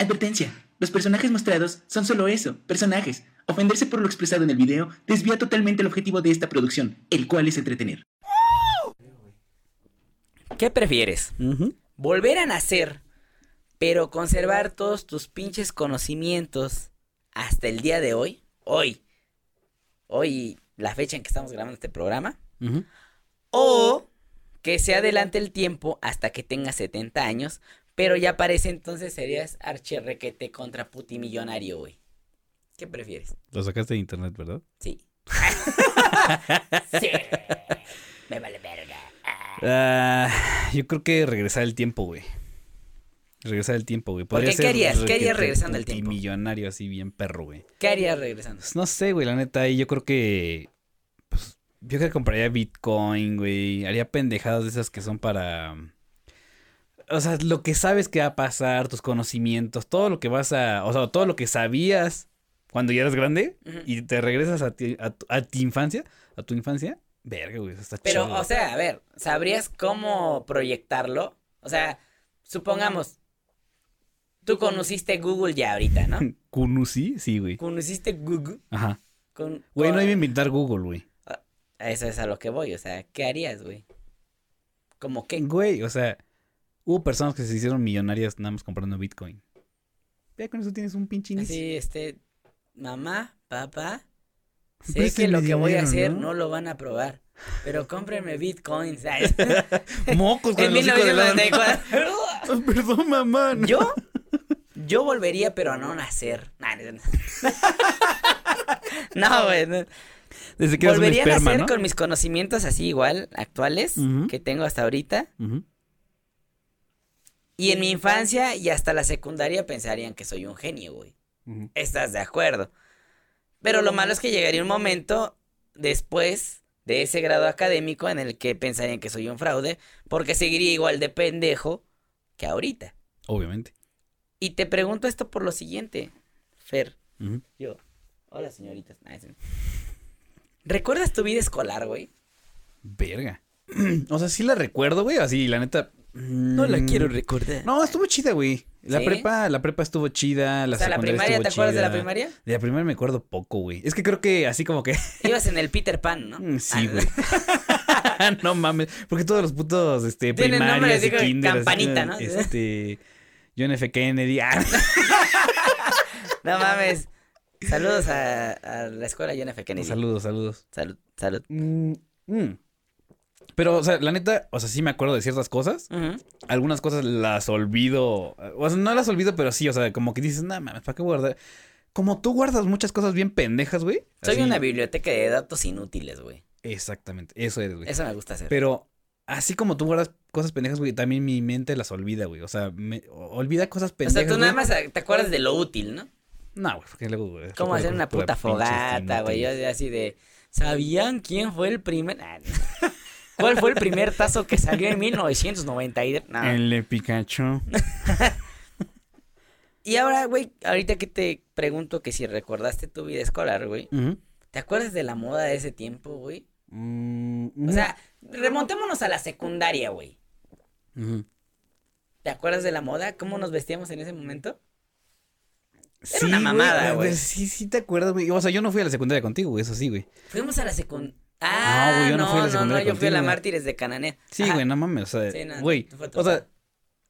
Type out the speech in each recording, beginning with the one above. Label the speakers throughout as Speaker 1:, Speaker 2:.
Speaker 1: Advertencia. Los personajes mostrados son solo eso, personajes. Ofenderse por lo expresado en el video desvía totalmente el objetivo de esta producción, el cual es entretener.
Speaker 2: ¿Qué prefieres?
Speaker 3: Ujú.
Speaker 2: Volver a nacer, pero conservar todos tus pinches conocimientos hasta el día de hoy. Hoy. Hoy, la fecha en que estamos grabando este programa.
Speaker 3: Ujú.
Speaker 2: O que se adelante el tiempo hasta que tengas 70 años, pero ya parece entonces serías archirrequete contra puti millonario, güey. ¿Qué prefieres?
Speaker 3: Lo sacaste de internet, ¿verdad?
Speaker 2: Sí. sí. Me vale verga.
Speaker 3: Ah, yo creo que regresar al tiempo, güey. Regresar al tiempo, güey.
Speaker 2: Porque,
Speaker 3: Podría
Speaker 2: ¿qué
Speaker 3: ser
Speaker 2: harías? ¿Qué harías
Speaker 3: requete
Speaker 2: regresando al tiempo?
Speaker 3: Multimillonario así bien perro, güey.
Speaker 2: ¿Qué harías regresando?
Speaker 3: Pues no sé, güey, la neta, y yo creo que pues, yo creo que compraría Bitcoin, güey, haría pendejadas de esas que son para o sea, lo que sabes que va a pasar, tus conocimientos, todo lo que vas a, o sea, todo lo que sabías cuando ya eras grande
Speaker 2: Ujú.
Speaker 3: y te regresas a ti, a, tu, a tu infancia, a tu infancia, verga, güey, eso está
Speaker 2: Pero,
Speaker 3: chido.
Speaker 2: o sea, a ver, ¿sabrías cómo proyectarlo? O sea, supongamos, tú conociste Google ya ahorita, ¿no?
Speaker 3: Kunusi, sí, güey.
Speaker 2: Conociste Google.
Speaker 3: Ajá.
Speaker 2: Con,
Speaker 3: Güey, no
Speaker 2: con-
Speaker 3: hay que inventar Google, güey.
Speaker 2: Eso es a lo que voy, o sea, ¿qué harías, güey? Como que
Speaker 3: Güey, o sea, hubo personas que se hicieron millonarias nada más comprando Bitcoin. Ya con eso tienes un pinche inicio.
Speaker 2: así, este, mamá, papá, sé que
Speaker 3: Préstame
Speaker 2: lo que voy a
Speaker 3: dinero,
Speaker 2: hacer
Speaker 3: ¿no?
Speaker 2: ¿no? lo van a probar, pero cómprenme bitcoins. Ay,
Speaker 3: Mocos con
Speaker 2: en
Speaker 3: el hocico de lado.
Speaker 2: 1994.
Speaker 3: Perdón, mamá. no.
Speaker 2: Yo, yo volvería, pero a no nacer. Nah, no, no. No, güey. no.
Speaker 3: Desde que eras un
Speaker 2: Volvería a
Speaker 3: esperma,
Speaker 2: nacer
Speaker 3: ¿no?
Speaker 2: con mis conocimientos así igual, actuales,
Speaker 3: Ujú.
Speaker 2: que tengo hasta ahorita.
Speaker 3: Ujú.
Speaker 2: Y en mi infancia y hasta la secundaria pensarían que soy un genio, güey.
Speaker 3: Ujú.
Speaker 2: Estás de acuerdo. Pero lo malo es que llegaría un momento después de ese grado académico en el que pensarían que soy un fraude, porque seguiría igual de pendejo que ahorita.
Speaker 3: Obviamente.
Speaker 2: Y te pregunto esto por lo siguiente, Fer.
Speaker 3: Ujú.
Speaker 2: Yo. Hola, señoritas. Ah, es- ¿Recuerdas tu vida escolar, güey?
Speaker 3: Verga. o sea, sí la recuerdo, güey. Así, la neta. mm,
Speaker 2: recordar.
Speaker 3: No, estuvo chida, güey. La
Speaker 2: ¿Sí?
Speaker 3: prepa, la prepa estuvo chida, la
Speaker 2: o sea, la
Speaker 3: secundaria
Speaker 2: primaria,
Speaker 3: estuvo
Speaker 2: ¿te acuerdas de la
Speaker 3: chida.
Speaker 2: primaria?
Speaker 3: De la primaria me acuerdo poco, güey. Es que creo que así como que
Speaker 2: Ibas en el Peter Pan, ¿no?
Speaker 3: Mm,
Speaker 2: Ah,
Speaker 3: Sí, güey. no mames. Porque todos los putos este,
Speaker 2: Tienen nombre
Speaker 3: primarias
Speaker 2: así
Speaker 3: y
Speaker 2: como
Speaker 3: kinder. así,
Speaker 2: campanita, ¿no?
Speaker 3: Este. John F. Kennedy. Ah,
Speaker 2: No mames. Saludos a, a la escuela John F. Kennedy. Salud.
Speaker 3: saludos, saludos.
Speaker 2: Salud. salud.
Speaker 3: Mm, mm. Pero, o sea, la neta, o sea, sí me acuerdo de ciertas cosas.
Speaker 2: Ujú.
Speaker 3: Algunas cosas las olvido. O sea, no las olvido, pero sí, o sea, como que dices, nada mames, ¿para qué guardar? Como tú guardas muchas cosas bien pendejas, güey.
Speaker 2: Soy
Speaker 3: así-
Speaker 2: una biblioteca de datos inútiles, güey.
Speaker 3: Exactamente, eso eres, güey.
Speaker 2: Eso me gusta hacer.
Speaker 3: Pero así como tú guardas cosas pendejas, güey, también mi mente las olvida, güey. O sea, me- o- olvida cosas
Speaker 2: o
Speaker 3: pendejas.
Speaker 2: sea, tú nada
Speaker 3: güey.
Speaker 2: más a- te acuerdas de lo útil, ¿no?
Speaker 3: No, güey, porque luego. güey,
Speaker 2: Cómo
Speaker 3: recuerdo
Speaker 2: hacer una
Speaker 3: cosas
Speaker 2: puta
Speaker 3: pura pinches
Speaker 2: fogata, güey. Yo
Speaker 3: inútiles.
Speaker 2: así de. ¿Sabían quién fue el primer.? Ah, no. ¿Cuál fue el primer tazo que salió en 1993? No.
Speaker 3: El Pikachu.
Speaker 2: Y ahora, güey, ahorita que te pregunto que si recordaste tu vida escolar, güey.
Speaker 3: Ujú.
Speaker 2: ¿Te acuerdas de la moda de ese tiempo, güey?
Speaker 3: Mm,
Speaker 2: O sea, remontémonos a la secundaria, güey.
Speaker 3: ujú.
Speaker 2: ¿Te acuerdas de la moda? ¿Cómo nos vestíamos en ese momento?
Speaker 3: Sí,
Speaker 2: una mamada,
Speaker 3: a ver,
Speaker 2: güey.
Speaker 3: Sí, sí, te acuerdas, güey. O sea, yo no fui a la secundaria contigo, güey, eso sí, güey.
Speaker 2: Fuimos a la secundaria.
Speaker 3: Ah,
Speaker 2: Ah,
Speaker 3: güey, yo no
Speaker 2: no,
Speaker 3: fui a la
Speaker 2: no, no,
Speaker 3: secundaria
Speaker 2: yo fui a la
Speaker 3: contigo.
Speaker 2: Mártires de Cananea.
Speaker 3: Sí,
Speaker 2: Ajá.
Speaker 3: güey, no mames. O
Speaker 2: Sí, no,
Speaker 3: sea, güey.
Speaker 2: fue tu
Speaker 3: o sea,
Speaker 2: culpa.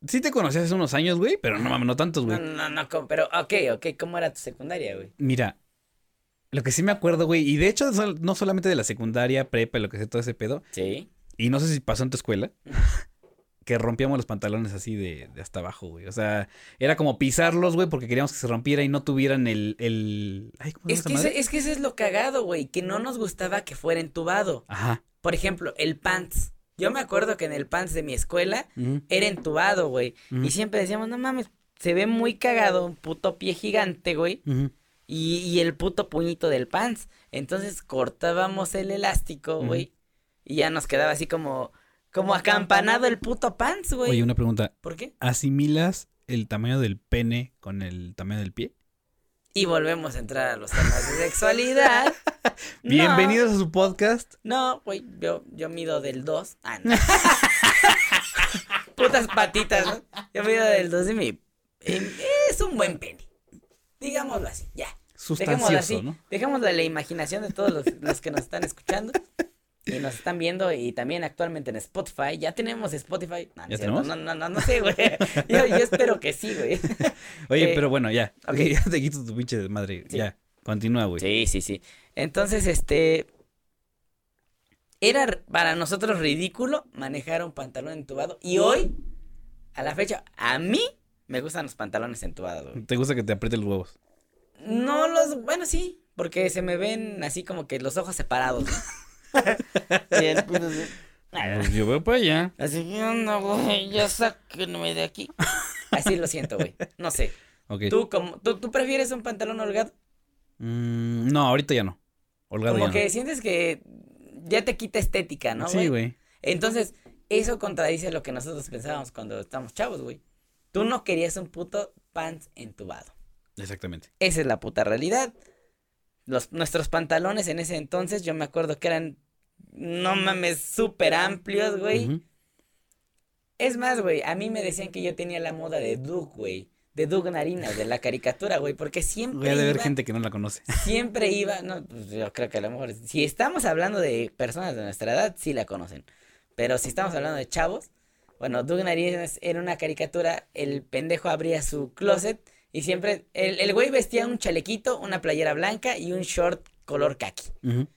Speaker 3: sí te conocí hace unos años, güey, pero no mames, no tantos,
Speaker 2: No,
Speaker 3: güey.
Speaker 2: no, no, ¿cómo? pero ok, ok, ¿cómo era tu secundaria, güey?
Speaker 3: Mira, lo que sí me acuerdo, güey, y de hecho, sol- no solamente de la secundaria, prepa, lo que sea, todo ese pedo,
Speaker 2: Sí.
Speaker 3: Y no sé si pasó en tu escuela. Que rompíamos los pantalones así de, de hasta abajo, güey. O sea, era como pisarlos, güey, porque queríamos que se rompiera y no tuvieran el. el... Ay, ¿cómo se llama
Speaker 2: Es
Speaker 3: esa
Speaker 2: que,
Speaker 3: madre?
Speaker 2: ese, es que ese es lo cagado, güey, que no nos gustaba que fuera entubado.
Speaker 3: Ajá.
Speaker 2: Por ejemplo, el pants. Yo me acuerdo que en el pants de mi escuela
Speaker 3: Ujú.
Speaker 2: era entubado, güey.
Speaker 3: Ujú.
Speaker 2: Y siempre decíamos, no mames, se ve muy cagado un puto pie gigante, güey.
Speaker 3: Ujú.
Speaker 2: Y, y el puto puñito del pants. Entonces cortábamos el elástico,
Speaker 3: Ujú.
Speaker 2: güey. Y ya nos quedaba así como, como acampanado el puto pants, güey.
Speaker 3: Oye, una pregunta.
Speaker 2: ¿Por qué?
Speaker 3: ¿Asimilas el tamaño del pene con el tamaño del pie?
Speaker 2: Y volvemos a entrar a los temas de sexualidad. No,
Speaker 3: Bienvenidos a su podcast.
Speaker 2: No, güey, yo, yo mido del 2. Ah, no. Putas patitas, ¿no? Yo mido del 2 y mi. y- eh, es un buen pene. Digámoslo así, ya. Dejémoslo así.
Speaker 3: Sustancioso, ¿no?
Speaker 2: Dejémoslo a la imaginación de todos los, los que nos están escuchando y nos están viendo y también actualmente en Spotify. Ya tenemos Spotify. No, no,
Speaker 3: ¿Ya
Speaker 2: es cierto,
Speaker 3: tenemos?
Speaker 2: no, no, no, no sé, güey. Yo, yo espero que sí, güey.
Speaker 3: Oye,
Speaker 2: Eh,
Speaker 3: pero bueno, ya.
Speaker 2: ok.
Speaker 3: Ok, ya te quito tu pinche de madre.
Speaker 2: Sí.
Speaker 3: Ya. Continúa, güey.
Speaker 2: Sí, sí, sí. Entonces, este. Era r- para nosotros ridículo manejar un pantalón entubado. Y hoy, a la fecha, a mí me gustan los pantalones entubados, güey.
Speaker 3: ¿Te gusta que te aprieten los huevos?
Speaker 2: No los. Bueno, sí. Porque se me ven así como que los ojos separados. güey. Y el culo así. Ah.
Speaker 3: Pues yo veo para allá.
Speaker 2: Así que ando, güey. Ya sáquenme de aquí. Así lo siento, güey. No sé.
Speaker 3: Ok.
Speaker 2: ¿Tú, como, tú, ¿Tú prefieres un pantalón holgado?
Speaker 3: Mm, no, ahorita ya no. Holgado
Speaker 2: Como
Speaker 3: ya
Speaker 2: que
Speaker 3: no.
Speaker 2: sientes que ya te quita estética, ¿no,
Speaker 3: sí, güey.
Speaker 2: Entonces, eso contradice lo que nosotros pensábamos cuando estábamos chavos, güey. Tú no querías un puto pants entubado.
Speaker 3: Exactamente.
Speaker 2: Esa es la puta realidad. Los, nuestros pantalones en ese entonces, yo me acuerdo que eran, no mames, súper amplios, güey.
Speaker 3: Ujú.
Speaker 2: Es más, güey, a mí me decían que yo tenía la moda de Doug, güey. De Doug Narinas, de la caricatura, güey. Porque siempre
Speaker 3: Voy a ver
Speaker 2: iba-
Speaker 3: gente que no la conoce.
Speaker 2: siempre iba, no, pues, yo creo que a lo mejor, si estamos hablando de personas de nuestra edad, sí la conocen, pero si estamos hablando de chavos, bueno, Doug Nariz era una caricatura, el pendejo abría su closet y siempre, el, el güey vestía un chalequito, una playera blanca y un short color khaki.
Speaker 3: Ujú.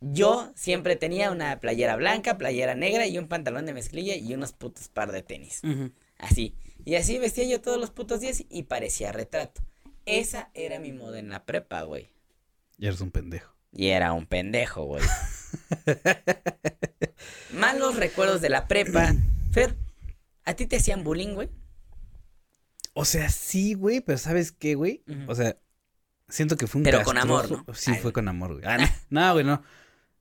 Speaker 2: Yo siempre tenía una playera blanca, playera negra y un pantalón de mezclilla y unos putos par de tenis. Así. Y así vestía yo todos los putos días y parecía retrato. Esa era mi moda en la prepa, güey.
Speaker 3: Ya eres un pendejo.
Speaker 2: Y era un pendejo, güey. Malos recuerdos de la prepa. Fer, ¿a ti te hacían bullying, güey?
Speaker 3: O sea, sí, güey, pero ¿sabes qué, güey?
Speaker 2: Ujú.
Speaker 3: O sea, siento que fue un
Speaker 2: Pero con
Speaker 3: castroso-
Speaker 2: amor, ¿no?
Speaker 3: Sí,
Speaker 2: Ay.
Speaker 3: fue con amor, güey. Ah, no. no, güey, no.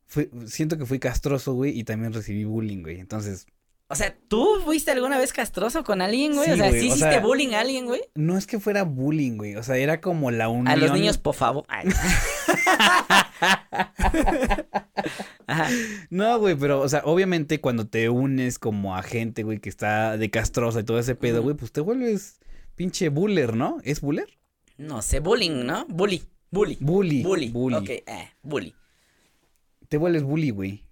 Speaker 3: Fui- siento que fui castroso, güey, y también recibí bullying, güey. Entonces,
Speaker 2: O sea, ¿tú fuiste alguna vez castroso con alguien, güey?
Speaker 3: Sí,
Speaker 2: o sea,
Speaker 3: güey,
Speaker 2: ¿sí
Speaker 3: o
Speaker 2: hiciste
Speaker 3: sea,
Speaker 2: bullying a alguien, güey?
Speaker 3: no es que fuera bullying, güey. O sea, era como la unión.
Speaker 2: A los niños, por favor. Ay. Ajá.
Speaker 3: No, güey, pero, o sea, obviamente cuando te unes como a gente, güey, que está de castrosa y todo ese pedo,
Speaker 2: Ujú.
Speaker 3: güey, pues te vuelves pinche buller, ¿no? ¿Es buller?
Speaker 2: No sé, bullying, ¿no? Bully. Bully.
Speaker 3: Bully.
Speaker 2: Bully.
Speaker 3: Bully.
Speaker 2: Ok, eh, bully.
Speaker 3: Te vuelves bully, güey.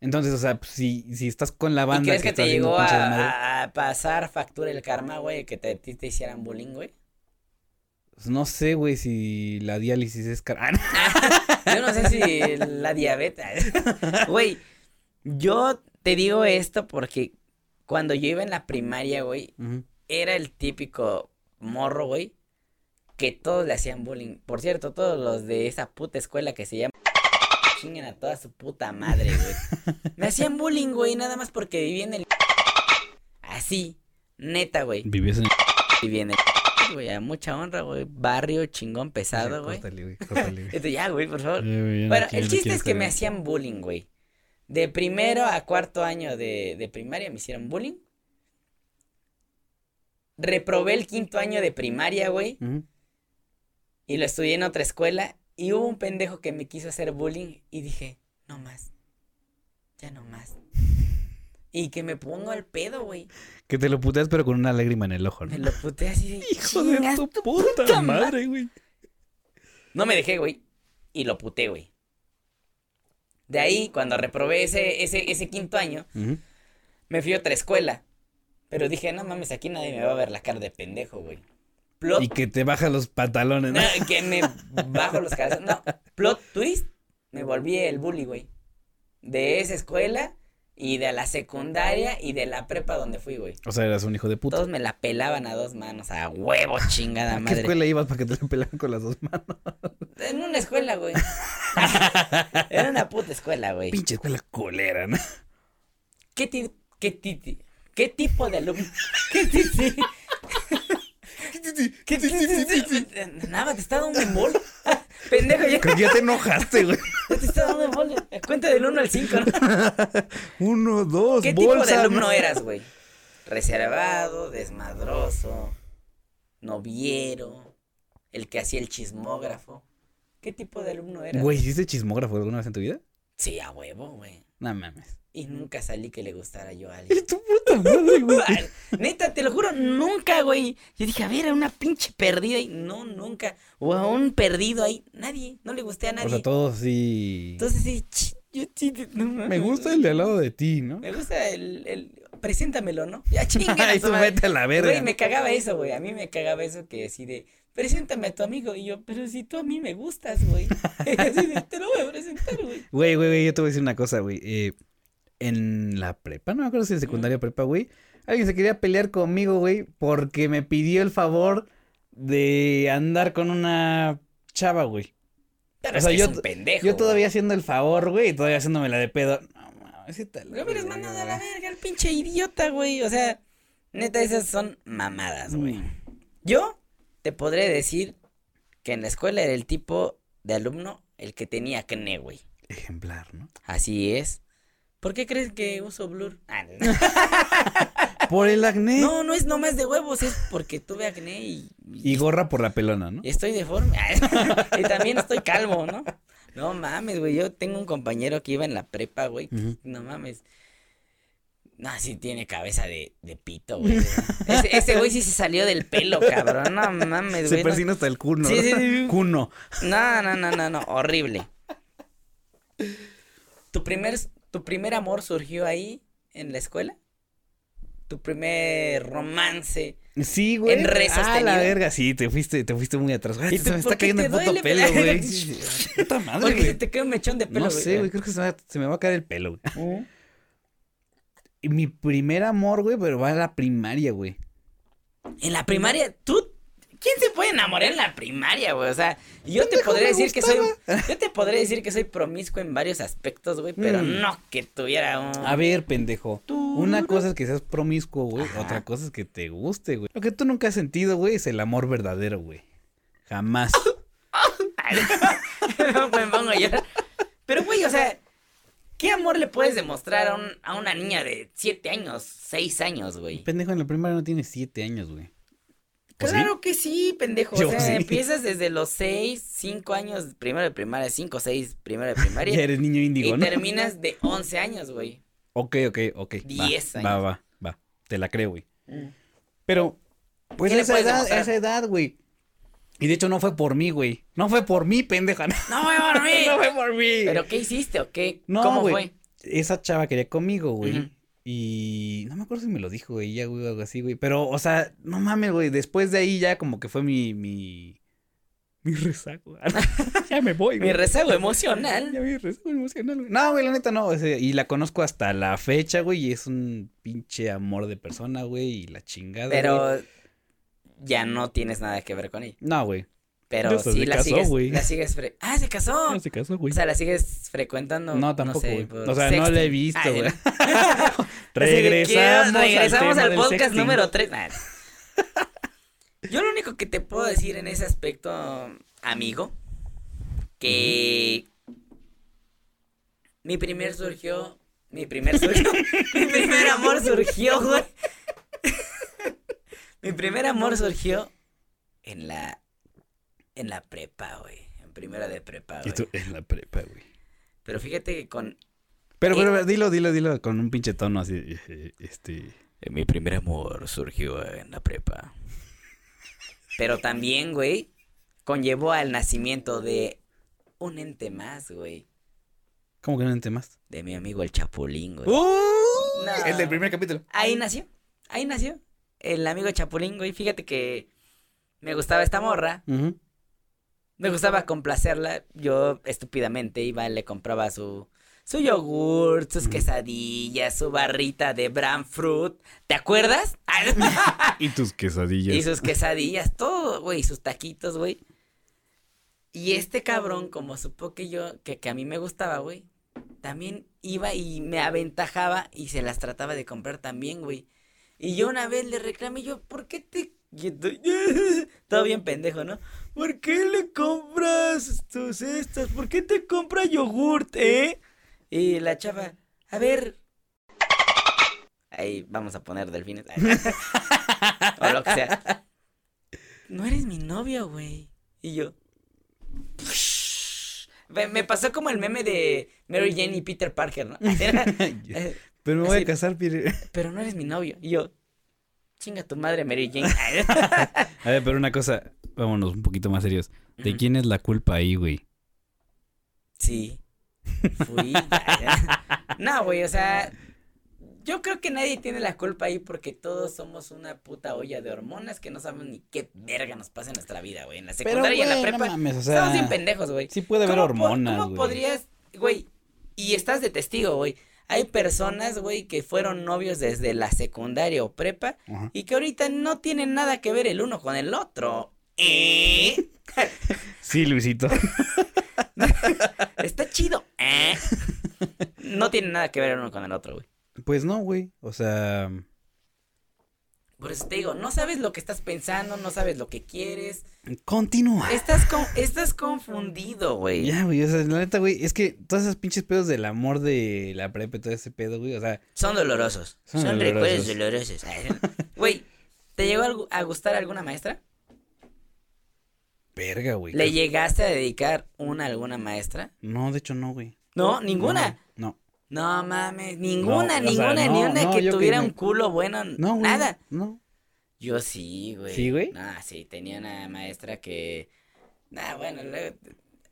Speaker 3: Entonces, o sea, pues, si, si estás con la
Speaker 2: ¿Y
Speaker 3: banda.
Speaker 2: crees que,
Speaker 3: está
Speaker 2: te
Speaker 3: haciendo
Speaker 2: llegó a,
Speaker 3: pinche desmadre,
Speaker 2: a- a pasar factura el karma, güey? Que te, te, te hicieran bullying, güey.
Speaker 3: pues, No sé, güey, si la diálisis es cara. Ah, no.
Speaker 2: Yo no sé si la diabetes. Güey, yo te digo esto porque cuando yo iba en la primaria, güey,
Speaker 3: Ujú.
Speaker 2: era el típico morro, güey, que todos le hacían bullying. Por cierto, todos los de esa puta escuela que se llama chinguen a toda su puta madre, güey. Me hacían bullying, güey, nada más porque vivía en el así, neta, güey.
Speaker 3: Vivías en el.
Speaker 2: Vivía en el güey, a mucha honra, güey, barrio chingón pesado, güey.
Speaker 3: Córtale, güey. Córtale, güey.
Speaker 2: Esto ya, güey, por favor.
Speaker 3: Ya, güey, Eh, ya no
Speaker 2: Bueno, el
Speaker 3: quiero- no
Speaker 2: chiste
Speaker 3: quiero
Speaker 2: es que me
Speaker 3: saber.
Speaker 2: hacían bullying, güey. De primero a cuarto año de, de primaria me hicieron bullying. Reprobé el quinto año de primaria, güey.
Speaker 3: Ujú.
Speaker 2: Y lo estudié en otra escuela. Y hubo un pendejo que me quiso hacer bullying. Y dije, no más. Ya no más. Y que me pongo al pedo, güey.
Speaker 3: Que te lo puteas, pero con una lágrima en el ojo, ¿no?
Speaker 2: Me lo puté así de.
Speaker 3: Hijo de
Speaker 2: "Chingas
Speaker 3: tu puta,
Speaker 2: madre".
Speaker 3: madre, güey.
Speaker 2: No me dejé, güey. Y lo puté, güey. De ahí, cuando reprobé ese, ese, ese quinto año,
Speaker 3: Ujú.
Speaker 2: Me fui a otra escuela. Pero dije, no mames, aquí nadie me va a ver la cara de pendejo, güey. Plot.
Speaker 3: Y que te baja los pantalones, ¿no?
Speaker 2: No, que me bajo los calzones. No, plot twist. Me volví el bully, güey. De esa escuela y de la secundaria y de la prepa donde fui, güey.
Speaker 3: O sea, eras un hijo de puta.
Speaker 2: Todos me la pelaban a dos manos, a huevo, chingada
Speaker 3: ¿A qué
Speaker 2: madre.
Speaker 3: escuela ibas para que te la pelaran con las dos manos?
Speaker 2: En una escuela, güey. Era una puta escuela, güey.
Speaker 3: Pinche escuela culera, ¿no?
Speaker 2: ¿Qué, ti- qué, ti- qué tipo de alumno? ¿Qué, ti- ti- ¿Qué, qué, qué- Eh, Nada, te está dando un embol. Pendejo, ya,
Speaker 3: Creo que ya te enojaste, güey.
Speaker 2: ya te está dando un embol. Cuenta del 1 al 5.
Speaker 3: Uno, dos,
Speaker 2: ¿Qué tipo de
Speaker 3: bolsa,
Speaker 2: alumno
Speaker 3: ¿no?
Speaker 2: eras, güey? Reservado, desmadroso, noviero, el que hacía el chismógrafo. ¿Qué tipo de alumno eras?
Speaker 3: Güey, ¿hiciste chismógrafo alguna vez en tu vida?
Speaker 2: Sí, a huevo, güey.
Speaker 3: No mames.
Speaker 2: Y nunca salí que le gustara yo a
Speaker 3: Y
Speaker 2: alguien.
Speaker 3: tu puta madre, güey.
Speaker 2: Ay, Neta, te lo juro, nunca, güey. Yo dije, a ver, era una pinche perdida y no, nunca. O a un perdido ahí. Nadie, no le gusté a
Speaker 3: O
Speaker 2: nadie.
Speaker 3: sea, todos sí.
Speaker 2: Entonces sí, ch- yo sí, no mames.
Speaker 3: Me gusta el de al lado de ti, ¿no?
Speaker 2: Me gusta el, el- Preséntamelo, ¿no? Ya chinga.
Speaker 3: Ay, tú vete a la verga.
Speaker 2: Güey, me cagaba eso, güey. A mí me cagaba eso que así de. Preséntame a tu amigo. Y yo, pero si tú a mí me gustas, güey. así de, te lo voy a presentar, güey.
Speaker 3: Güey, güey, güey, yo te voy a decir una cosa, güey. Eh, en la prepa, no me acuerdo si en secundaria o prepa, güey. Alguien se quería pelear conmigo, güey, porque me pidió el favor de andar con una chava, güey.
Speaker 2: Pero
Speaker 3: O sea,
Speaker 2: es, que es
Speaker 3: yo-
Speaker 2: un pendejo.
Speaker 3: Yo todavía
Speaker 2: güey.
Speaker 3: haciendo el favor, güey, y todavía haciéndome la de pedo. No, mames, sí te la
Speaker 2: No me
Speaker 3: verga,
Speaker 2: mandado a la
Speaker 3: güey.
Speaker 2: verga al pinche idiota, güey. O sea, neta, esas son mamadas, güey.
Speaker 3: Mm.
Speaker 2: Yo te podré decir que en la escuela era el tipo de alumno el que tenía acné, güey.
Speaker 3: Ejemplar, ¿no?
Speaker 2: Así es. ¿Por qué crees que uso blur? Ah, no.
Speaker 3: Por el acné.
Speaker 2: No, no es nomás de huevos, es porque tuve acné y, y-
Speaker 3: Y gorra por la pelona, ¿no?
Speaker 2: y estoy deforme. y también estoy calvo, ¿no? No mames, güey. Yo tengo un compañero que iba en la prepa, güey.
Speaker 3: Ujú.
Speaker 2: No mames. No, sí tiene cabeza de, de pito, güey. Ese ese güey sí se salió del pelo, cabrón. No mames,
Speaker 3: Se
Speaker 2: güey. no.
Speaker 3: persina hasta el cuno.
Speaker 2: Sí, sí, sí.
Speaker 3: Cuno.
Speaker 2: No, no, no, no, no. Horrible. ¿Tu primer, ¿Tu primer amor surgió ahí en la escuela? ¿Tu primer romance?
Speaker 3: Sí, güey.
Speaker 2: En re
Speaker 3: Ah, la
Speaker 2: sostenido.
Speaker 3: verga, sí, te fuiste, te fuiste muy atrás. Güey,
Speaker 2: ¿Y
Speaker 3: se
Speaker 2: tú
Speaker 3: me
Speaker 2: por qué
Speaker 3: está cayendo
Speaker 2: te
Speaker 3: el puto
Speaker 2: duele?
Speaker 3: pelo, güey.
Speaker 2: Sí,
Speaker 3: Sí, sí, Puta madre,
Speaker 2: Porque se
Speaker 3: güey.
Speaker 2: te queda un mechón de pelo, Uh.
Speaker 3: No sé, güey, creo que se me, va, se me va a caer el pelo, güey. Y mi primer amor, güey, pero va a la primaria, güey.
Speaker 2: En la primaria, tú. ¿Quién se puede enamorar en la primaria, güey? O sea, yo te
Speaker 3: Pendejo,
Speaker 2: podría
Speaker 3: me
Speaker 2: decir que soy. Yo te podría decir que soy promiscuo en varios aspectos, güey, pero
Speaker 3: Mm. Ah.
Speaker 2: no que tuviera un.
Speaker 3: A ver, pendejo.
Speaker 2: Tú-
Speaker 3: Una cosa es que seas promiscuo, güey.
Speaker 2: Ajá.
Speaker 3: Otra cosa es que te guste, güey. Lo que tú nunca has sentido, güey, es el amor verdadero, güey. Jamás.
Speaker 2: No me pongo a llorar. Pero, güey, o sea, ¿qué amor le puedes demostrar a, un- a una niña de 7 años, 6 años, güey?
Speaker 3: pendejo, en la primaria no tienes siete años, güey. ¿O Pues sí?
Speaker 2: Claro que sí, pendejo.
Speaker 3: Yo
Speaker 2: o sea,
Speaker 3: sí.
Speaker 2: empiezas desde los 6, 5 años, primero de primaria, 5, 6, primero de primaria.
Speaker 3: Ya eres niño índigo,
Speaker 2: y
Speaker 3: ¿no?
Speaker 2: terminas de 11 años, güey.
Speaker 3: Ok, ok, ok. va,
Speaker 2: Diez
Speaker 3: va, Va,
Speaker 2: años. Mm.
Speaker 3: va, va. Te la creo, güey. Pero, pues
Speaker 2: ¿Qué le
Speaker 3: esa
Speaker 2: puedes
Speaker 3: edad,
Speaker 2: demostrar?
Speaker 3: esa edad, güey. Y de hecho no fue por mí, güey. No fue por mí, pendeja. No,
Speaker 2: No me dormí.
Speaker 3: fue por mí.
Speaker 2: ¿Pero qué hiciste o qué?
Speaker 3: No,
Speaker 2: ¿Cómo
Speaker 3: güey.
Speaker 2: fue?
Speaker 3: Esa chava quería conmigo, güey.
Speaker 2: Ujú.
Speaker 3: Y no me acuerdo si me lo dijo ella, güey, o algo así, güey. Pero, o sea, no mames, güey. Después de ahí ya como que fue mi. Mi, mi rezago. ya me voy,
Speaker 2: Mi
Speaker 3: güey.
Speaker 2: rezago
Speaker 3: Ya
Speaker 2: emocional.
Speaker 3: vi, rezago emocional, güey. No, güey, la neta no. o sea, y la conozco hasta la fecha, güey. Y es un pinche amor de persona, güey. Y la chingada. güey.
Speaker 2: Pero ya no tienes nada que ver con ella.
Speaker 3: No, güey.
Speaker 2: Pero
Speaker 3: Ya hasta
Speaker 2: sí
Speaker 3: se
Speaker 2: la,
Speaker 3: casó,
Speaker 2: sigues,
Speaker 3: güey.
Speaker 2: la sigues. fre- Ah, se casó.
Speaker 3: No se casó, güey.
Speaker 2: O sea, la sigues frecuentando.
Speaker 3: No, tampoco,
Speaker 2: sé,
Speaker 3: güey.
Speaker 2: por
Speaker 3: o sea, no la he
Speaker 2: sexting.
Speaker 3: visto,
Speaker 2: Ay,
Speaker 3: güey.
Speaker 2: no. Así de que
Speaker 3: regresamos al
Speaker 2: regresamos
Speaker 3: tema
Speaker 2: al,
Speaker 3: del
Speaker 2: podcast
Speaker 3: sexting.
Speaker 2: número 3. Yo lo único que te puedo decir en ese aspecto, amigo, que mi primer surgió, mi primer surgió, mi primer amor surgió, güey. mi primer amor surgió en la en la prepa, güey, en primera de prepa,
Speaker 3: Y
Speaker 2: güey.
Speaker 3: tú en la prepa, güey.
Speaker 2: Pero fíjate que con
Speaker 3: Pero,
Speaker 2: Eh.
Speaker 3: pero, dilo, dilo, dilo con un pinche tono así. eh, eh, Este.
Speaker 2: Eh, Mi primer amor surgió en la prepa. Pero también, güey, conllevó al nacimiento de un ente más, güey.
Speaker 3: ¿Cómo que no entiendes más?
Speaker 2: De mi amigo el Chapulín,
Speaker 3: Pues,
Speaker 2: güey.
Speaker 3: ¡Uh!
Speaker 2: No.
Speaker 3: El del primer capítulo.
Speaker 2: Ahí nació, ahí nació el amigo Chapulín, güey. Fíjate que me gustaba esta morra,
Speaker 3: Ujú.
Speaker 2: me gustaba complacerla. Yo estúpidamente iba, le compraba su... Su yogur,
Speaker 3: Mm.
Speaker 2: sus quesadillas, su barrita de bran fruit. ¿Te acuerdas?
Speaker 3: Y tus quesadillas.
Speaker 2: Y sus quesadillas, todo, güey, sus taquitos, güey. Y este cabrón, como supo que yo, que, que a mí me gustaba, güey, también iba y me aventajaba y se las trataba de comprar también, güey. Y yo una vez le reclamé, yo, ¿por qué te... y estoy- Todo bien pendejo, ¿no? ¿Por qué le compras tus estas? ¿Por qué te compra yogurt, eh? Y la chava, a ver. Ahí vamos a poner delfines. o lo que sea. No eres mi novio, güey. Y yo. Me, me pasó como el meme de Mary Jane y Peter Parker, ¿no? Eh,
Speaker 3: Pero me voy
Speaker 2: Sí.
Speaker 3: a casar, Peter.
Speaker 2: Pero no eres mi novio. Y yo, chinga tu madre, Mary Jane.
Speaker 3: A ver, pero una cosa, vámonos un poquito más serios. ¿De
Speaker 2: Ujú.
Speaker 3: quién es la culpa ahí, güey?
Speaker 2: Sí. Fui. no, güey, o sea, yo creo que nadie tiene la culpa ahí porque todos somos una puta olla de hormonas que no sabemos ni qué verga nos pasa en nuestra vida, güey. En la secundaria y en la prepa.
Speaker 3: mames, o
Speaker 2: Estamos bien pendejos, güey.
Speaker 3: sí puede haber
Speaker 2: ¿Cómo po-
Speaker 3: hormonas,
Speaker 2: ¿Cómo
Speaker 3: güey.
Speaker 2: podrías, güey? Y estás de testigo, güey. Hay personas, güey, que fueron novios desde la secundaria o prepa
Speaker 3: Ajá.
Speaker 2: y que ahorita no tienen nada que ver el uno con el otro. ¿Eh?
Speaker 3: Sí, Luisito.
Speaker 2: Está chido. ¿Eh? No tienen nada que ver el uno con el otro, güey.
Speaker 3: Pues no, güey. O sea,
Speaker 2: Por eso te digo, no sabes lo que estás pensando, no sabes lo que quieres.
Speaker 3: continúa.
Speaker 2: Estás, con- estás confundido, güey.
Speaker 3: Ya, güey, o sea, la neta, güey, es que todas esas pinches pedos del amor de la prepa y todo ese pedo, güey, o sea,
Speaker 2: Son dolorosos. Son,
Speaker 3: Son
Speaker 2: recuerdos dolorosos. Ay, Güey, ¿te llegó algu- a gustar alguna maestra?
Speaker 3: verga, güey.
Speaker 2: ¿Le
Speaker 3: Creo-
Speaker 2: llegaste a dedicar una a alguna maestra?
Speaker 3: No, de hecho no, güey.
Speaker 2: No, ninguna.
Speaker 3: No.
Speaker 2: No mames, ninguna,
Speaker 3: No, o sea,
Speaker 2: ninguna, ni
Speaker 3: no,
Speaker 2: una
Speaker 3: no,
Speaker 2: que
Speaker 3: yo que
Speaker 2: tuviera
Speaker 3: no.
Speaker 2: un culo bueno,
Speaker 3: No, güey.
Speaker 2: nada.
Speaker 3: No.
Speaker 2: Yo sí, güey.
Speaker 3: ¿Sí, güey?
Speaker 2: Ah, sí, tenía una maestra que. Nah, bueno, luego-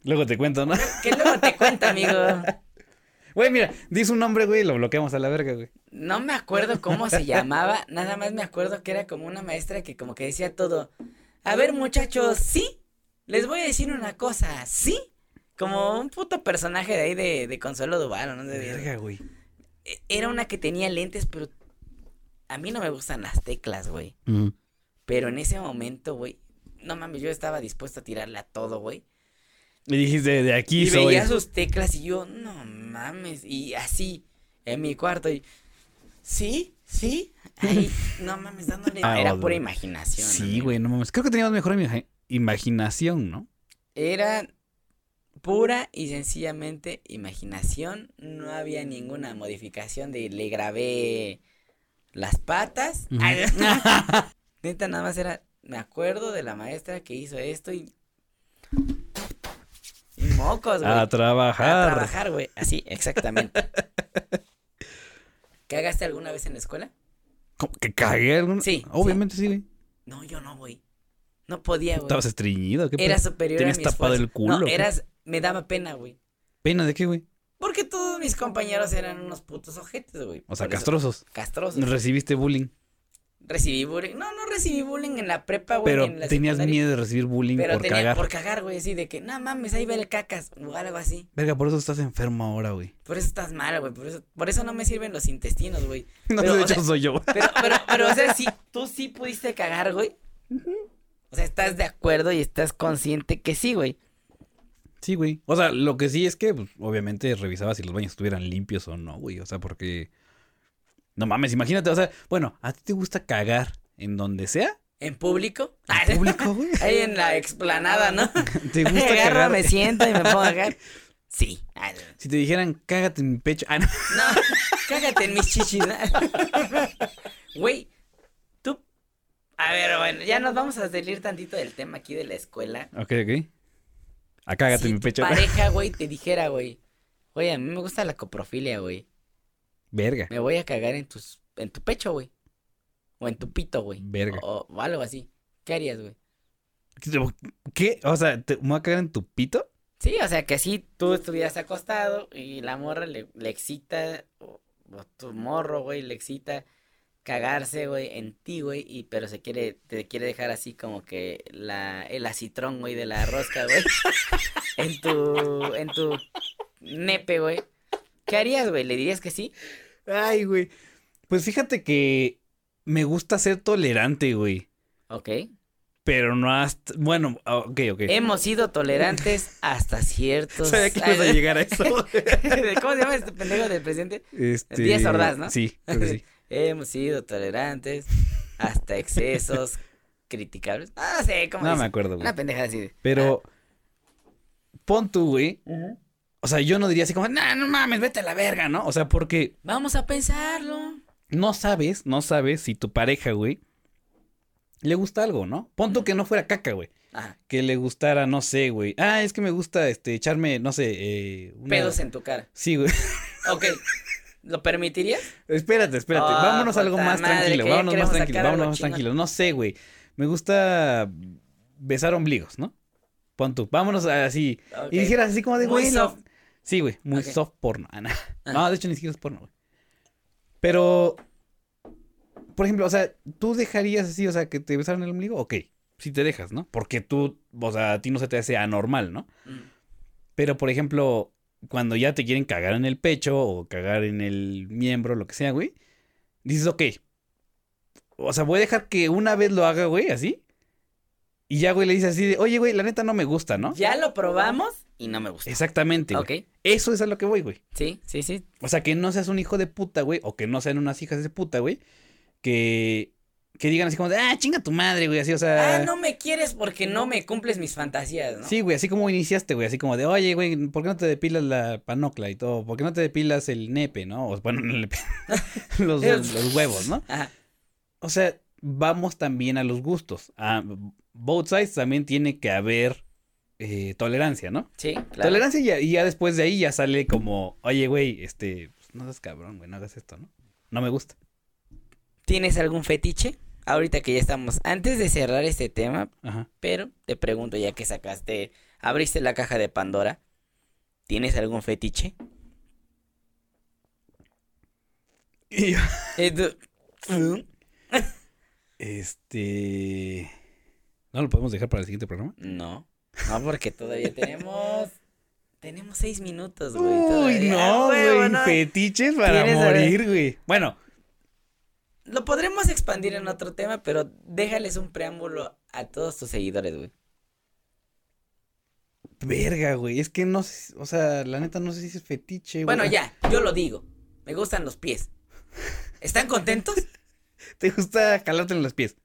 Speaker 3: Luego te cuento, ¿no?
Speaker 2: que luego te cuento, amigo.
Speaker 3: Güey, mira, dice un nombre, güey, y lo bloqueamos a la verga, güey.
Speaker 2: No me acuerdo cómo se llamaba, nada más me acuerdo que era como una maestra que como que decía todo. A ver, muchachos, sí, les voy a decir una cosa, sí. Como un puto personaje de ahí de, de Consuelo Duval, o no sé. de-
Speaker 3: Verga, güey.
Speaker 2: E- Era una que tenía lentes, pero a mí no me gustan las teclas, güey. Pero en ese momento, güey, no mames, yo estaba dispuesto a tirarle a todo, güey.
Speaker 3: Y dijiste, de aquí
Speaker 2: Y
Speaker 3: soy.
Speaker 2: veía sus teclas y yo, no mames, y así, en mi cuarto, y, sí, sí, ahí, no mames, dándole,
Speaker 3: Ah,
Speaker 2: era
Speaker 3: o-
Speaker 2: pura imaginación.
Speaker 3: Sí,
Speaker 2: amigo.
Speaker 3: güey, no mames. Creo que teníamos mejor ima- imaginación, ¿no?
Speaker 2: Era pura y sencillamente imaginación, no había ninguna modificación de, le grabé las patas.
Speaker 3: Ujú.
Speaker 2: Ay, Neta, nada más era, me acuerdo de la maestra que hizo esto y... Y mocos, güey.
Speaker 3: A trabajar.
Speaker 2: A Ah, trabajar, güey. Así, exactamente. ¿Cagaste alguna vez en la escuela?
Speaker 3: ¿Cómo ¿Que cagué algún?
Speaker 2: Sí,
Speaker 3: Obviamente sí, güey.
Speaker 2: No, yo no, güey. No podía, güey.
Speaker 3: Estabas estreñido, ¿qué
Speaker 2: Era
Speaker 3: pedo?
Speaker 2: superior
Speaker 3: tenías
Speaker 2: a mi
Speaker 3: tapado
Speaker 2: esfuerzo.
Speaker 3: el culo,
Speaker 2: No,
Speaker 3: ¿qué?
Speaker 2: eras... Me daba pena, güey.
Speaker 3: ¿Pena de qué, güey?
Speaker 2: Porque todos mis compañeros eran unos putos ojetes, güey.
Speaker 3: O sea,
Speaker 2: Por eso-
Speaker 3: castrosos.
Speaker 2: Castrosos.
Speaker 3: Recibiste bullying.
Speaker 2: Recibí bullying. No, no recibí bullying en la prepa, güey.
Speaker 3: Pero
Speaker 2: ni en la
Speaker 3: tenías
Speaker 2: secundaria.
Speaker 3: miedo de recibir bullying
Speaker 2: Pero
Speaker 3: por
Speaker 2: tenía
Speaker 3: cagar.
Speaker 2: por cagar, güey. Así de que, no mames, ahí ve el cacas. O algo así.
Speaker 3: Verga, por eso estás enfermo ahora, güey.
Speaker 2: Por eso estás mal, güey. Por eso, por eso no me sirven los intestinos, güey.
Speaker 3: No,
Speaker 2: Pero,
Speaker 3: de
Speaker 2: o
Speaker 3: hecho
Speaker 2: sea,
Speaker 3: soy yo.
Speaker 2: Pero, pero, pero, o sea, si tú sí pudiste cagar, güey. O sea, estás de acuerdo y estás consciente que sí, güey.
Speaker 3: Sí, güey. O sea, lo que sí es que, pues, obviamente, revisaba si los baños estuvieran limpios o no, güey. O sea, porque. No mames, imagínate, o sea, bueno, ¿a ti te gusta cagar en donde sea?
Speaker 2: En público.
Speaker 3: ¿En público, güey?
Speaker 2: Ahí en la explanada, ¿no?
Speaker 3: ¿Te gusta
Speaker 2: Agarro,
Speaker 3: cagar?
Speaker 2: me siento y me pongo a cagar. Sí. Ay,
Speaker 3: Si te dijeran, cágate en mi pecho. Ah, no.
Speaker 2: No, cágate en mis chichis. ¿no? Güey, tú. A ver, bueno, ya nos vamos a salir tantito del tema aquí de la escuela.
Speaker 3: Ok, ok. A cágate
Speaker 2: Si
Speaker 3: en mi
Speaker 2: tu
Speaker 3: pecho.
Speaker 2: pareja, güey, te dijera, güey. Oye, a mí me gusta la coprofilia, güey.
Speaker 3: Verga.
Speaker 2: Me voy a cagar en tus, en tu pecho, güey. O en tu pito, güey.
Speaker 3: Verga.
Speaker 2: O, o algo así. ¿Qué harías, güey?
Speaker 3: Oh. ¿Qué? O sea, ¿te me voy a cagar en tu pito?
Speaker 2: Sí, o sea que así tú estuvieras acostado y la morra le, le excita, o, o tu morro, güey, le excita cagarse, güey, en ti, güey, y pero se quiere, te quiere dejar así como que la, el acitrón, güey, de la rosca, güey. En tu, en tu nepe, güey. ¿Qué harías, güey? ¿Le dirías que sí?
Speaker 3: Ay, güey. Pues fíjate que me gusta ser tolerante, güey.
Speaker 2: Ok.
Speaker 3: Pero no hasta. Bueno, ah, ok, ok.
Speaker 2: Hemos sido tolerantes hasta ciertos.
Speaker 3: Sabía que
Speaker 2: pues,
Speaker 3: ibas a llegar a eso.
Speaker 2: ¿Cómo se llama este pendejo del presidente?
Speaker 3: Este...
Speaker 2: Díaz Ordaz, ¿no?
Speaker 3: Sí, creo que sí.
Speaker 2: Hemos sido tolerantes hasta excesos criticables. No sé, ¿cómo
Speaker 3: No me
Speaker 2: dice?
Speaker 3: acuerdo, güey.
Speaker 2: Una pendejada así. de-
Speaker 3: Pero pon tú, güey. O sea, yo no diría así como, no, no mames, vete a la verga, ¿no? O sea, porque
Speaker 2: Vamos a pensarlo.
Speaker 3: no sabes, no sabes si tu pareja, güey, le gusta algo, ¿no? Pon tú que no fuera caca, güey.
Speaker 2: Ajá.
Speaker 3: Que le gustara, no sé, güey. Ah, es que me gusta este echarme, no sé, eh, una-
Speaker 2: Pedos en tu cara.
Speaker 3: Sí, güey.
Speaker 2: Ok. ¿Lo permitirías?
Speaker 3: Espérate, espérate.
Speaker 2: Ah,
Speaker 3: vámonos a algo
Speaker 2: puta
Speaker 3: más
Speaker 2: madre,
Speaker 3: tranquilo.
Speaker 2: que ya
Speaker 3: Vámonos más
Speaker 2: queremos
Speaker 3: tranquilo.
Speaker 2: sacar algo
Speaker 3: Vámonos más
Speaker 2: chingón.
Speaker 3: tranquilo. No sé, güey. Me gusta besar ombligos, ¿no? Pon tú. Vámonos a- así.
Speaker 2: Ok.
Speaker 3: Y dijeras así como de,
Speaker 2: Muy
Speaker 3: güey. no".
Speaker 2: soft.
Speaker 3: Sí, güey. Muy
Speaker 2: Ok.
Speaker 3: soft porno. Ah, no.
Speaker 2: Ah.
Speaker 3: No, de hecho ni siquiera es porno, güey. Pero, por ejemplo, o sea, ¿tú dejarías así, o sea, que te besaran el ombligo? Ok. Si te dejas, ¿no? Porque tú, o sea, a ti no se te hace anormal, ¿no?
Speaker 2: Mm.
Speaker 3: Pero, por ejemplo, cuando ya te quieren cagar en el pecho o cagar en el miembro, lo que sea, güey, dices, ok. O sea, voy a dejar que una vez lo haga, güey, así. Y ya, güey, le dices así de, oye, güey, la neta no me gusta, ¿no? este,
Speaker 2: Ya lo probamos y no me gusta.
Speaker 3: Exactamente, güey.
Speaker 2: ok.
Speaker 3: Eso es a lo que voy, güey.
Speaker 2: Sí, sí, sí.
Speaker 3: O sea, que no seas un hijo de puta, güey, o que no sean unas hijas de puta, güey, que, que digan así como de, ah, chinga tu madre, güey, así, o sea.
Speaker 2: Ah, no me quieres porque no me cumples mis fantasías, ¿no?
Speaker 3: Sí, güey, así como iniciaste, güey, así como de, oye, güey, ¿por qué no te depilas la panocla y todo? ¿Por qué no te depilas el nepe, no? O, bueno, no el nepe, los, los- los huevos, ¿no?
Speaker 2: Ajá.
Speaker 3: O sea, vamos también a los gustos. A both sides también tiene que haber eh, tolerancia, ¿no?
Speaker 2: Sí, claro.
Speaker 3: Tolerancia y ya, y ya después de ahí ya sale como, oye, güey, este, pues, no seas cabrón, güey, no hagas esto, ¿no? No me gusta.
Speaker 2: ¿Tienes algún fetiche? Ahorita que ya estamos, antes de cerrar este tema,
Speaker 3: Ajá.
Speaker 2: pero te pregunto ya que sacaste, abriste la caja de Pandora, ¿tienes algún fetiche?
Speaker 3: Y yo,
Speaker 2: Eh, tú- ¿Mm?
Speaker 3: este... ¿No lo podemos dejar para el siguiente programa?
Speaker 2: No, no porque todavía tenemos, tenemos seis minutos, Pues, güey.
Speaker 3: Uy,
Speaker 2: todavía.
Speaker 3: no,
Speaker 2: Ah, huevo,
Speaker 3: güey.
Speaker 2: no.
Speaker 3: Fetiches para
Speaker 2: Tienes, a ver.
Speaker 3: morir, güey. Bueno,
Speaker 2: Lo podremos expandir en otro tema, pero déjales un preámbulo a todos tus seguidores, güey.
Speaker 3: verga, güey. Es que no sé. si- O sea, la neta no sé si es fetiche, güey.
Speaker 2: Bueno, ya, yo lo digo. Me gustan los pies. ¿Están contentos?
Speaker 3: ¿Te gusta jalarte en los pies?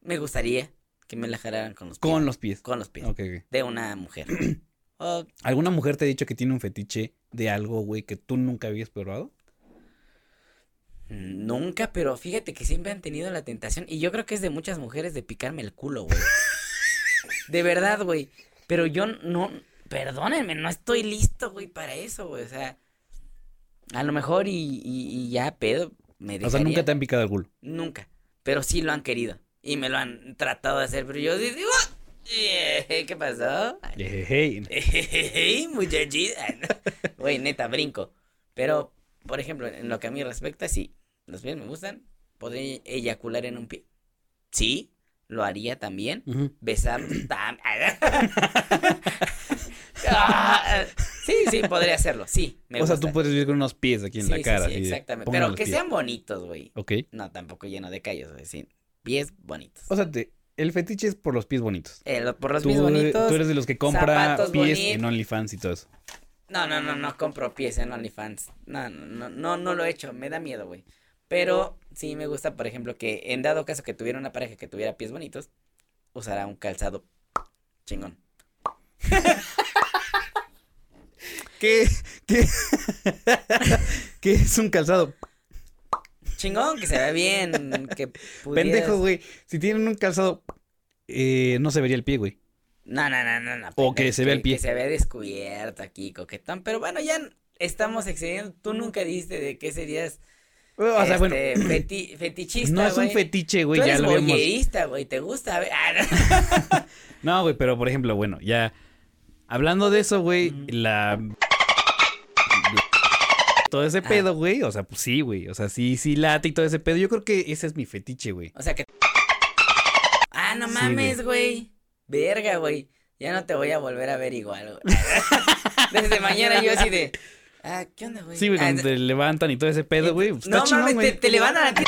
Speaker 2: Me gustaría que me la jalaran con los pies.
Speaker 3: Con los pies.
Speaker 2: Con los pies.
Speaker 3: Ok, ok.
Speaker 2: De una mujer. Oh, O-
Speaker 3: ¿Alguna mujer te ha dicho que tiene un fetiche de algo, güey, que tú nunca habías probado?
Speaker 2: nunca, pero fíjate que siempre han tenido la tentación. Y yo creo que es de muchas mujeres de picarme el culo, güey. De verdad, güey. Pero yo no. Perdónenme, no estoy listo, güey, para eso, güey. O sea. A lo mejor y, y- y ya pedo. Me
Speaker 3: O sea,
Speaker 2: dejaría.
Speaker 3: nunca te han picado el culo.
Speaker 2: Nunca. Pero sí lo han querido. Y me lo han tratado de hacer. Pero yo sí digo. "Ah, eh, ¿Qué pasó?
Speaker 3: Ejejey.
Speaker 2: Ey, muchachita. Güey, neta, brinco. Pero, por ejemplo, en lo que a mí respecta, sí. Los pies me gustan. ¿Podría eyacular en un pie? Sí. Lo haría también.
Speaker 3: Ujú.
Speaker 2: Besar tam- Ah, sí, sí, podría hacerlo. Sí. Me
Speaker 3: O sea,
Speaker 2: gusta.
Speaker 3: tú puedes vivir con unos pies aquí en
Speaker 2: Sí,
Speaker 3: la
Speaker 2: sí,
Speaker 3: cara.
Speaker 2: sí,
Speaker 3: así de,
Speaker 2: exactamente.
Speaker 3: "Pónganme
Speaker 2: Pero
Speaker 3: los
Speaker 2: que
Speaker 3: pies".
Speaker 2: sean bonitos, güey.
Speaker 3: Ok.
Speaker 2: No, tampoco lleno de callos, güey. Sí. Pies bonitos.
Speaker 3: O sea, te- el fetiche es por los pies bonitos.
Speaker 2: Eh, lo- por los
Speaker 3: Tú,
Speaker 2: pies bonitos.
Speaker 3: tú eres de los que compra
Speaker 2: zapatos
Speaker 3: pies
Speaker 2: bonitos.
Speaker 3: en OnlyFans y todo eso.
Speaker 2: No, no, no, no compro pies en OnlyFans. No, no, no, no, no lo he hecho. Me da miedo, güey. Pero sí me gusta, por ejemplo, que en dado caso que tuviera una pareja que tuviera pies bonitos, usará un calzado chingón.
Speaker 3: ¿Qué? ¿Qué? ¿Qué es un calzado?
Speaker 2: Chingón, que se vea bien, que pudieras...
Speaker 3: Pendejo, güey. Si tienen un calzado, eh, no se vería el pie, güey.
Speaker 2: No, no, no, no, no.
Speaker 3: O que
Speaker 2: pendejo,
Speaker 3: se vea el pie.
Speaker 2: Que se vea descubierto aquí, coquetón. Pero bueno, ya estamos excediendo. Tú nunca dijiste de qué serías
Speaker 3: O sea,
Speaker 2: este,
Speaker 3: bueno,
Speaker 2: feti- fetichista,
Speaker 3: no es un
Speaker 2: güey.
Speaker 3: fetiche,
Speaker 2: Tú
Speaker 3: güey, ya
Speaker 2: eres
Speaker 3: lo vemos.
Speaker 2: voyerista, güey. ¿Te gusta? ver? Ah, no.
Speaker 3: No, güey, pero por ejemplo, bueno, ya. Hablando de eso, güey, la. Todo ese
Speaker 2: Ah.
Speaker 3: pedo, güey. O sea, pues sí, güey. O sea, sí, sí, late y todo ese pedo. Yo creo que ese es mi fetiche, güey.
Speaker 2: O sea que. Ah, no
Speaker 3: Sí,
Speaker 2: mames, güey. Verga, güey. Ya no te voy a volver a ver igual, güey. Desde mañana yo así de. Ah, ¿qué onda, güey?
Speaker 3: Sí, güey,
Speaker 2: Ah, eh,
Speaker 3: cuando te levantan y todo ese pedo, güey. pues, Está
Speaker 2: No
Speaker 3: chingón,
Speaker 2: mames, te,
Speaker 3: güey.
Speaker 2: te levantan a ti.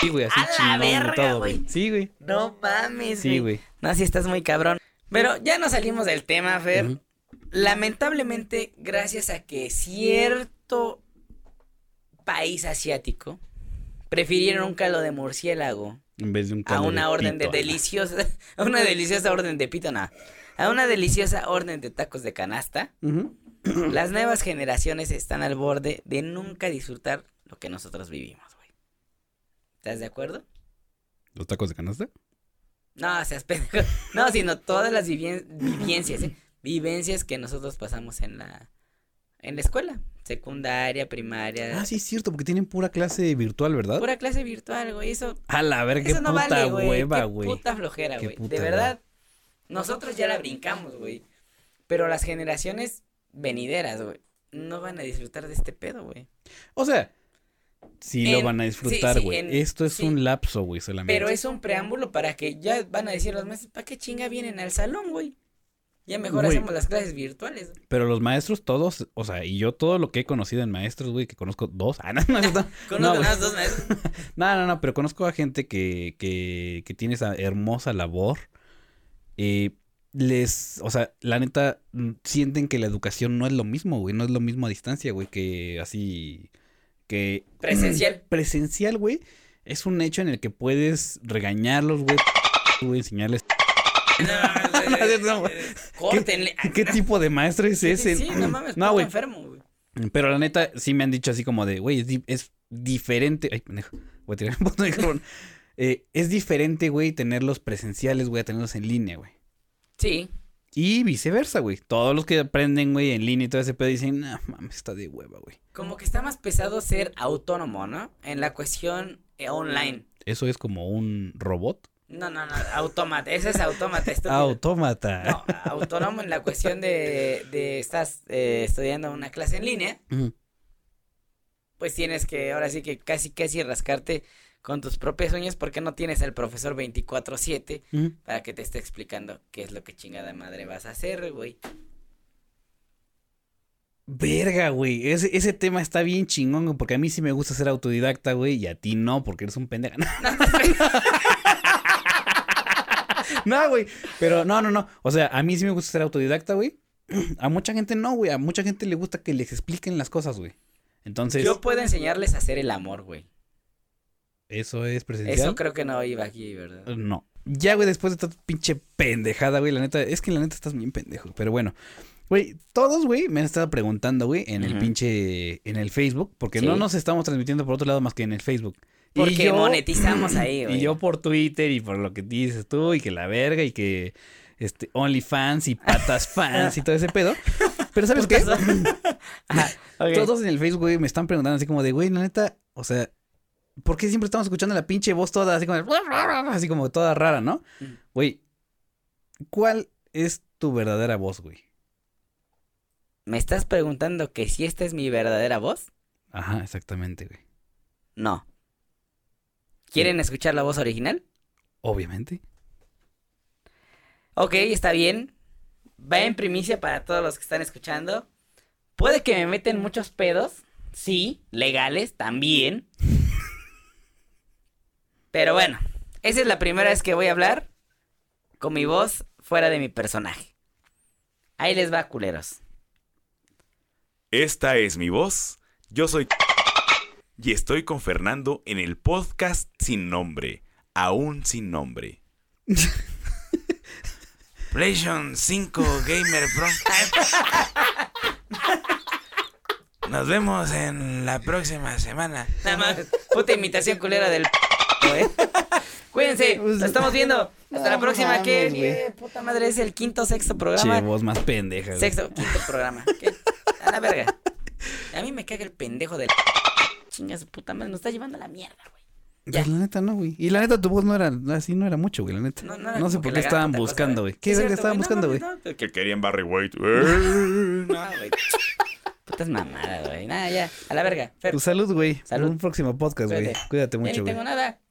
Speaker 3: Sí, güey, así
Speaker 2: a la
Speaker 3: chingón y
Speaker 2: verga,
Speaker 3: todo,
Speaker 2: güey.
Speaker 3: güey. Sí, güey.
Speaker 2: No mames,
Speaker 3: Sí,
Speaker 2: güey.
Speaker 3: güey.
Speaker 2: No, si estás muy cabrón. Pero ya nos salimos del tema, Fer.
Speaker 3: Ujú.
Speaker 2: Lamentablemente, gracias a que cierto país asiático prefirieron un calo de murciélago
Speaker 3: En vez de un
Speaker 2: a
Speaker 3: caldo
Speaker 2: una orden de
Speaker 3: pito, ajá.
Speaker 2: deliciosa, a una deliciosa orden de pito, no, a una deliciosa orden de tacos de canasta,
Speaker 3: Ujú.
Speaker 2: las nuevas generaciones están al borde de nunca disfrutar lo que nosotros vivimos, güey. ¿Estás de acuerdo?
Speaker 3: ¿Los tacos de canasta?
Speaker 2: No, seas pendejo. No, sino todas las vivien- vivencias, ¿eh? Vivencias que nosotros pasamos en la, en la escuela. Secundaria, primaria.
Speaker 3: Ah, sí, es cierto, porque tienen pura clase virtual, ¿verdad?
Speaker 2: Eh. Pura clase virtual, güey. Eso,
Speaker 3: A la verga, qué
Speaker 2: eso no
Speaker 3: puta
Speaker 2: vale, güey.
Speaker 3: hueva,
Speaker 2: Qué
Speaker 3: güey.
Speaker 2: puta flojera,
Speaker 3: Qué
Speaker 2: güey.
Speaker 3: puta
Speaker 2: De verdad, nosotros ya la brincamos, güey. Pero las generaciones venideras, güey, no van a disfrutar de este pedo, güey.
Speaker 3: O sea, sí
Speaker 2: En-
Speaker 3: lo van a
Speaker 2: sí,
Speaker 3: disfrutar,
Speaker 2: sí,
Speaker 3: güey.
Speaker 2: en-
Speaker 3: Esto es
Speaker 2: sí.
Speaker 3: un lapso, güey, solamente.
Speaker 2: Pero es un preámbulo para que ya van a decir los meses, ¿para qué chinga vienen al salón, güey? Ya mejor
Speaker 3: Güey.
Speaker 2: hacemos las clases virtuales.
Speaker 3: Pero los maestros todos, o sea, y yo todo lo que he conocido en maestros, güey, que conozco dos. Ah, no, no, no. no.
Speaker 2: Conozco
Speaker 3: güey.
Speaker 2: nada más dos maestros.
Speaker 3: No, no, no, pero conozco a gente que, que, que tiene esa hermosa labor. Eh, les, o sea, la neta, mm, sienten que la educación no es lo mismo, güey. No es lo mismo a distancia, güey, que así, que...
Speaker 2: Presencial.
Speaker 3: Presencial, güey, es un hecho en el que puedes regañarlos, güey, güey, enseñarles...
Speaker 2: No,
Speaker 3: No,
Speaker 2: güey,
Speaker 3: no, güey.
Speaker 2: eh, Córtenle.
Speaker 3: ¿Qué tipo de maestro es
Speaker 2: Sí,
Speaker 3: ese?
Speaker 2: Sí, no mames,
Speaker 3: No,
Speaker 2: puto
Speaker 3: güey,
Speaker 2: enfermo, güey.
Speaker 3: pero la neta, sí me han dicho así como de, güey, es, di- es diferente. Ay, pendejo, voy a tirar un botón de carbón. Eh, es diferente, güey, tenerlos presenciales, güey, a tenerlos en línea, güey.
Speaker 2: Sí.
Speaker 3: Y viceversa, güey. Todos los que aprenden, güey, en línea y todo ese pedo dicen, no mames, está de hueva, güey.
Speaker 2: Como que está más pesado ser autónomo, ¿no? En la cuestión eh, online.
Speaker 3: Eso es como un robot.
Speaker 2: No, no, no, autómata. Ese es autómata, estúpido.
Speaker 3: Autómata.
Speaker 2: No, autónomo en la cuestión de, de estás eh, estudiando una clase en línea,
Speaker 3: Ujú.
Speaker 2: pues tienes que ahora sí que casi casi rascarte con tus propias uñas porque no tienes al profesor 24/7
Speaker 3: Ujú.
Speaker 2: para que te esté explicando qué es lo que chingada madre vas a hacer, güey.
Speaker 3: Verga, güey. Ese, ese tema está bien chingón, güey, porque a mí sí me gusta ser autodidacta, güey, y a ti no, porque eres un pendejo. No, güey. Pero no, no, no. O sea, a mí sí me gusta ser autodidacta, güey. A mucha gente no, güey. A mucha gente le gusta que les expliquen las cosas, güey. Entonces,
Speaker 2: Yo puedo enseñarles a hacer el amor, güey.
Speaker 3: eso es presencial.
Speaker 2: Eso creo que no iba aquí, ¿verdad?
Speaker 3: No. Ya, güey, después de tanta pinche pendejada, güey, la neta, es que la neta estás bien pendejo, pero bueno. Güey, todos, güey, me han estado preguntando, güey, en el
Speaker 2: Ujú.
Speaker 3: pinche, en el Facebook, porque no
Speaker 2: Sí.
Speaker 3: nos estamos transmitiendo por otro lado más que en el Facebook. Y
Speaker 2: Porque
Speaker 3: yo-
Speaker 2: monetizamos ahí, güey.
Speaker 3: Y yo por Twitter y por lo que dices tú y que la verga y que este OnlyFans y patas fans y todo ese pedo. Pero ¿sabes qué?
Speaker 2: Putas- Ah, ok.
Speaker 3: Todos en el Facebook, güey, me están preguntando así como de, güey, la neta, o sea, ¿por qué siempre estamos escuchando la pinche voz toda así como, así como toda rara, ¿no?
Speaker 2: Mm.
Speaker 3: Güey, ¿cuál es tu verdadera voz, güey?
Speaker 2: ¿Me estás preguntando que si esta es mi verdadera voz?
Speaker 3: Ajá, exactamente, güey.
Speaker 2: No. ¿Quieren escuchar la voz original?
Speaker 3: Obviamente.
Speaker 2: Ok, está bien. Va en primicia para todos los que están escuchando. Puede que me meten muchos pedos. Sí, legales también. Pero bueno, esa es la primera vez que voy a hablar con mi voz fuera de mi personaje. Ahí les va, culeros.
Speaker 4: Esta es mi voz. Yo soy y estoy con Fernando en el podcast sin nombre, aún sin nombre. PlayStation 5 Gamer Pro. Nos vemos en la próxima semana.
Speaker 2: Nada más, puta imitación culera del p- ¿eh? Cuídense, nos estamos viendo. Hasta la próxima, que puta madre es el quinto sexto programa.
Speaker 3: Che, voz más pendeja, güey.
Speaker 2: Sexto, quinto programa. ¿Qué? A la verga. A mí me caga el pendejo del. Chinga su puta madre, nos está llevando a la mierda, güey.
Speaker 3: Pues la neta no, güey. Y la neta tu voz no era así, no era mucho, güey, la neta. No,
Speaker 2: No, no era
Speaker 3: sé
Speaker 2: como que
Speaker 3: por qué
Speaker 2: la gran
Speaker 3: estaban
Speaker 2: puta cosa,
Speaker 3: buscando, güey. ¿Qué
Speaker 2: Sí,
Speaker 3: verga
Speaker 2: cierto,
Speaker 3: estaban
Speaker 2: güey. No
Speaker 3: buscando, güey?
Speaker 2: mames, no,
Speaker 4: Que querían Barry White. ¿eh?
Speaker 2: no, güey. Putas mamadas, güey. Nada, ya. A la verga. Fer,
Speaker 3: Tu Pues salud, güey.
Speaker 2: Salud.
Speaker 3: Un próximo podcast, güey.
Speaker 2: Cuídate.
Speaker 3: Cuídate
Speaker 2: ya ni
Speaker 3: mucho, güey.
Speaker 2: tengo nada.